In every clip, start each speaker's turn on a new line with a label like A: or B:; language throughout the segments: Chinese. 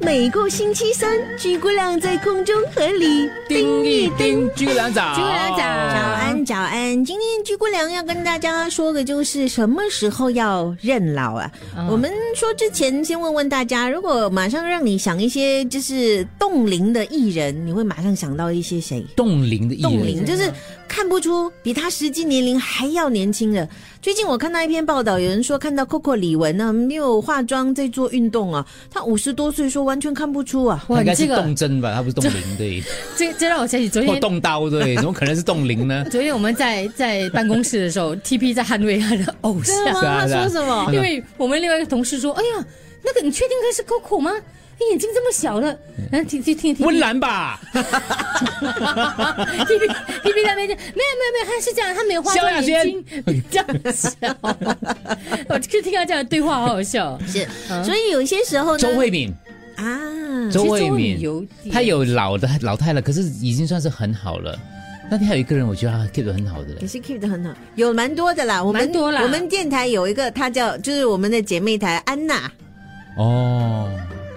A: 每个星期三，诸葛亮在空中和你
B: 叮一叮，诸葛亮早，
C: 诸葛亮早
A: 早安，早安！今天诸葛亮要跟大家说的就是什么时候要认老啊？
B: 嗯
A: 我们说之前先问问大家，如果马上让你想一些就是冻龄的艺人，你会马上想到一些谁？
B: 冻龄的艺人，
A: 冻龄就是看不出比他实际年龄还要年轻的。最近我看到一篇报道，有人说看到 Coco 李玟呢、没有化妆在做运动啊，她五十多岁说完全看不出啊。
B: 他
C: 哇，
B: 应
C: 你
B: 该
C: 这
B: 是
C: 个
B: 动针吧？他不是冻龄对，
C: 这 这让我想起昨
B: 或
C: 天。
B: 动刀对，怎么可能是冻龄 呢？
C: 昨天我们在在办公室 的时候，TP 在捍卫他 的偶像，
A: 真的
B: 是啊
A: 吗？
B: 是啊
A: 她说什么？
C: 因为我们另外一个同事说：“哎呀，那个你确定他是 Coco 吗？你眼睛这么小了。”
B: 嗯
C: 然后听听听 T
B: 温岚吧，
C: T P T P 那边就没有没有没有，他是这样，他没有化
B: 萧
C: 妆，
B: 亚
C: 眼
B: 轩
C: 睛比较 小。 我就听到这样的对话，好好笑。
A: 是，
C: 嗯
A: 所以有些时候呢，
B: 周慧敏，
A: 啊，
B: 周
C: 其实
B: 慧
C: 周慧
B: 敏
C: 敏有点
B: 她有老的老态了，可是已经算是很好了。那天还有一个人，我觉得他 keep 得很好的嘞
A: 也，是 keep 的很好，有蛮多的啦。我们
C: 蛮多啦
A: 我们电台有一个，她叫就是我们的姐妹台安娜，
B: 哦，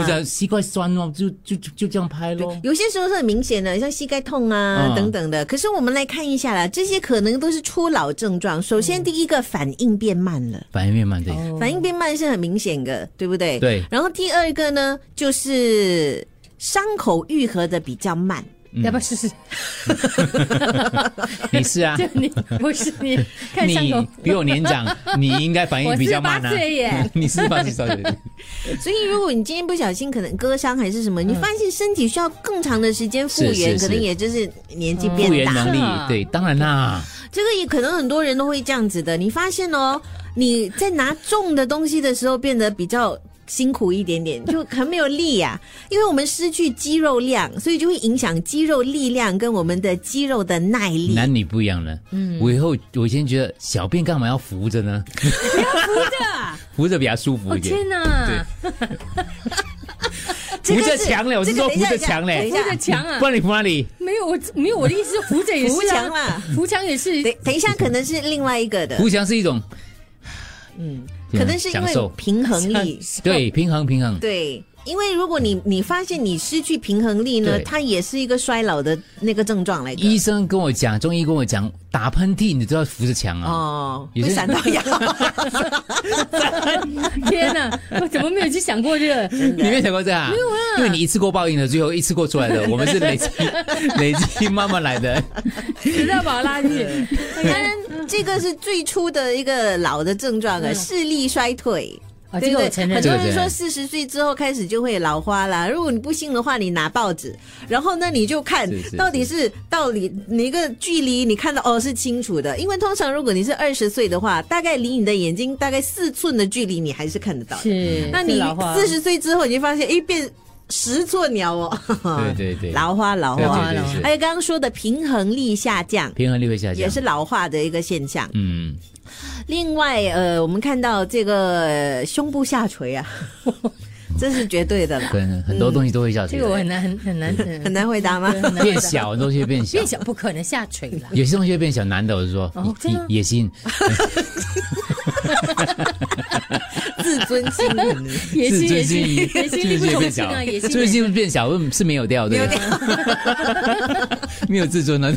B: 我讲膝盖酸哦，就就就就这样拍咯。
A: 有些时候是很明显的，像膝盖痛啊、
B: 嗯
A: 等等的。可是我们来看一下啦，这些可能都是初老症状。首先，第一个反应变慢了，
B: 反应面慢对，
C: 哦
A: 反应变慢是很明显的，对不对？
B: 哦对
A: 然后第二个呢，就是伤口愈合的比较慢。
C: 哎要不要试 试？
B: 你是啊
C: 就，你不是你看伤
B: 你
C: 口，哦
B: 比我年长，你应该反应
C: 我
B: 比较慢
C: 48
B: 啊。
C: 岁 耶
B: 你是八岁少 年，
A: 所以，如果你今天不小心可能割伤还是什么，你发现身体需要更长的时间复
B: 嗯是
A: 原，
B: 是是嗯
A: 可能也就是年纪
B: 复
A: 变
B: 原
A: 大。
B: 能
C: 是
B: 力
C: 啊
B: 对，当然啦，
A: 这个也可能很多人都会这样子的。你发现哦，你在拿重的东西的时候变得比较。辛苦一点点，就很没有力呀、因为我们失去肌肉量，所以就会影响肌肉力量跟我们的肌肉的耐力。
B: 男女不一样了。嗯，我以后我以前觉得小便干嘛要扶着呢？
A: 啊
B: 扶着比较舒服
C: 哦
B: 一点。
C: 天哪，
A: 嗯 这个
B: 扶着
A: 是
B: 墙嘞，我是
A: 这个
B: 说
A: 等
B: 扶
A: 一下
B: 着墙
A: 等一
B: 嘞
A: 下，嗯
C: 扶着墙啊
B: 不！然你扶哪里？
C: 没有，我没有我的意思是扶着也是啊
A: 扶墙啦，
C: 扶墙也是
A: 等等一下，可能是另外一个的，
B: 扶墙是一种，嗯，
A: 可能是因
B: 享受
A: 为平衡力。
B: 对平衡平衡，
A: 对，因为如果你你发现你失去平衡力呢，
B: 对
A: 它也是一个衰老的那个症状来的。
B: 医生跟我讲，中医跟我讲，打喷嚏你都要扶着墙啊。
A: 哦，
B: 也
A: 会
B: 是
A: 闪到 腰，
C: 天哪，我怎么没有去想过这个？
B: 你没想过这样啊？没有啊，因为你一次过报应的，最后一次过出来的， 我们是累积累积慢慢来的。
C: 知道吧，垃圾？
A: 当然这个是最初的一个老的症状啊，视力衰退。
C: 啊，
A: 对
C: 这
A: 不
C: 个
A: 对
C: 我承？认
A: 很。多
B: 嗯这
A: 人
B: 个
A: 说
B: 对
A: 四十岁之后开始就会老花啦。如果你不信的话，你拿报纸，然后呢你就看
B: 是是
A: 到底是到底哪一个距离你看到哦是清楚的。因为通常如果你是二十岁的话，大概离你的眼睛大概四寸的距离你还是看得到的。
C: 是，
A: 那
C: 这
A: 你
C: 老花
A: 四十岁之后，你就发现，哎，变十寸鸟哦。
B: 对对 对
A: 老花老
B: 对
A: 花
B: 对对是
A: 还有刚刚说的平衡力下降。
B: 平衡力会下
A: 哎
B: 降，
A: 也是老化的一个现象。
B: 嗯，
A: 另外，呃，我们看到这个、呃胸部下垂啊， 这是绝对的 啦，
B: 跟很多东西都会下
C: 这
B: 垂
C: 个我
B: 的，
C: 很难很很难
A: 很
C: 很
A: 难回答 吗？
C: 很难
B: 变小，很多东西会变小
C: 变。小不可能下垂了。
B: 有些东西会变小，男的我是说
C: 哦真的吗
B: 野野心、
A: 自尊心很
C: 野
B: 自
C: 心
B: 尊心
C: 野心
B: 一、
C: 野心力
B: 自尊心
C: 不从
B: 变
C: 心啊，
B: 小，
C: 野
B: 自尊
C: 心
B: 心变小嗯是没有掉
A: 有
B: 的，
A: 点
B: 没有自 尊了。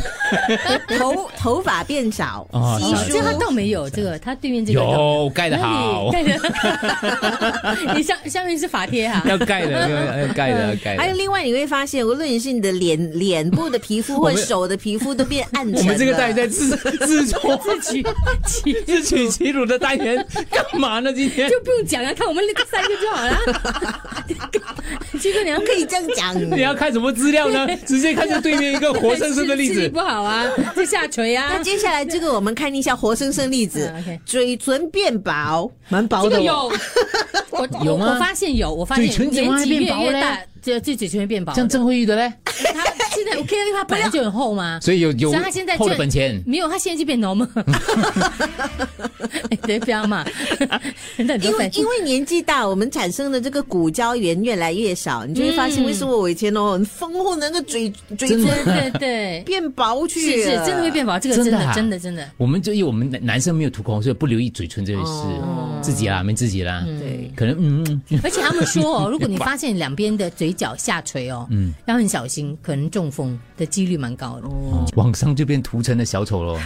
A: 头头发变少，
B: 哦
A: 稀
B: 小
C: 哦，
A: 疏
C: 这个他倒没有，这个他对面这个倒
B: 有盖的好，
C: 那你盖的，你上上面是发贴哈，
B: 要盖的，要要盖
C: 嗯
B: 的，要盖
C: 哎
A: 还有
B: 的。
A: 另外，你会发现，无论你是你的脸、脸部的皮肤
B: 我
A: 或
B: 们
A: 手的皮肤都变暗沉了。
B: 我们这个单元在自自戳
C: 啊自取其
B: 自取其辱的单元干嘛呢？今天
C: 就不用讲了，看我们三个就好了。这个娘
A: 可以这样讲。
B: 你要看什么资料呢？直接看这对面一个活生生的例
C: 视力
B: 子
C: 不。好啊，就下垂啊
A: 那。接下来这个我们看一下活生生例子
C: 嗯，OK，
A: 嘴唇变薄，蛮薄
C: 这
A: 的
C: 个
A: 哦。
C: 有，我
B: 有
C: 我
B: 吗
C: 我发现有，我发现
B: 嘴唇怎么
C: 年
B: 还
C: 纪
B: 变
C: 越
B: 薄
C: 越
B: 嘞
C: 大，这这嘴唇会变薄的。
B: 像郑慧玉的嘞，
C: 他是现在 OK，因为它本来就很厚嘛，
B: 所以有有
C: 所以他现在
B: 厚的
C: 就
B: 本钱，
C: 没有，它现在就 变 normal。哎别不要嘛，那你
A: 因
C: 就
A: 为
C: 反
A: 因为年纪大，我们产生的这个骨胶原越来越少，你就会发现为什么我以前哦很丰厚的那个嘴嘴
B: 真
A: 唇
B: 的
C: 对 对对，
A: 变薄去
C: 是是，
A: 了
C: 真的会变薄，这
B: 啊
C: 个
B: 真
C: 真
B: 的啊
C: 的真的真的，
B: 我们就因为我们男男生没有涂口红，所以不留意嘴唇这回事，
A: 哦
B: 自己啊啦，没自己啦，
A: 对
B: 可能嗯，嗯
C: 而且他们说 哦，如果你发现两边的嘴角下垂哦，嗯，要很小心，可能中风的几率蛮高的。
A: 哦
B: 网上就变涂成了小丑喽。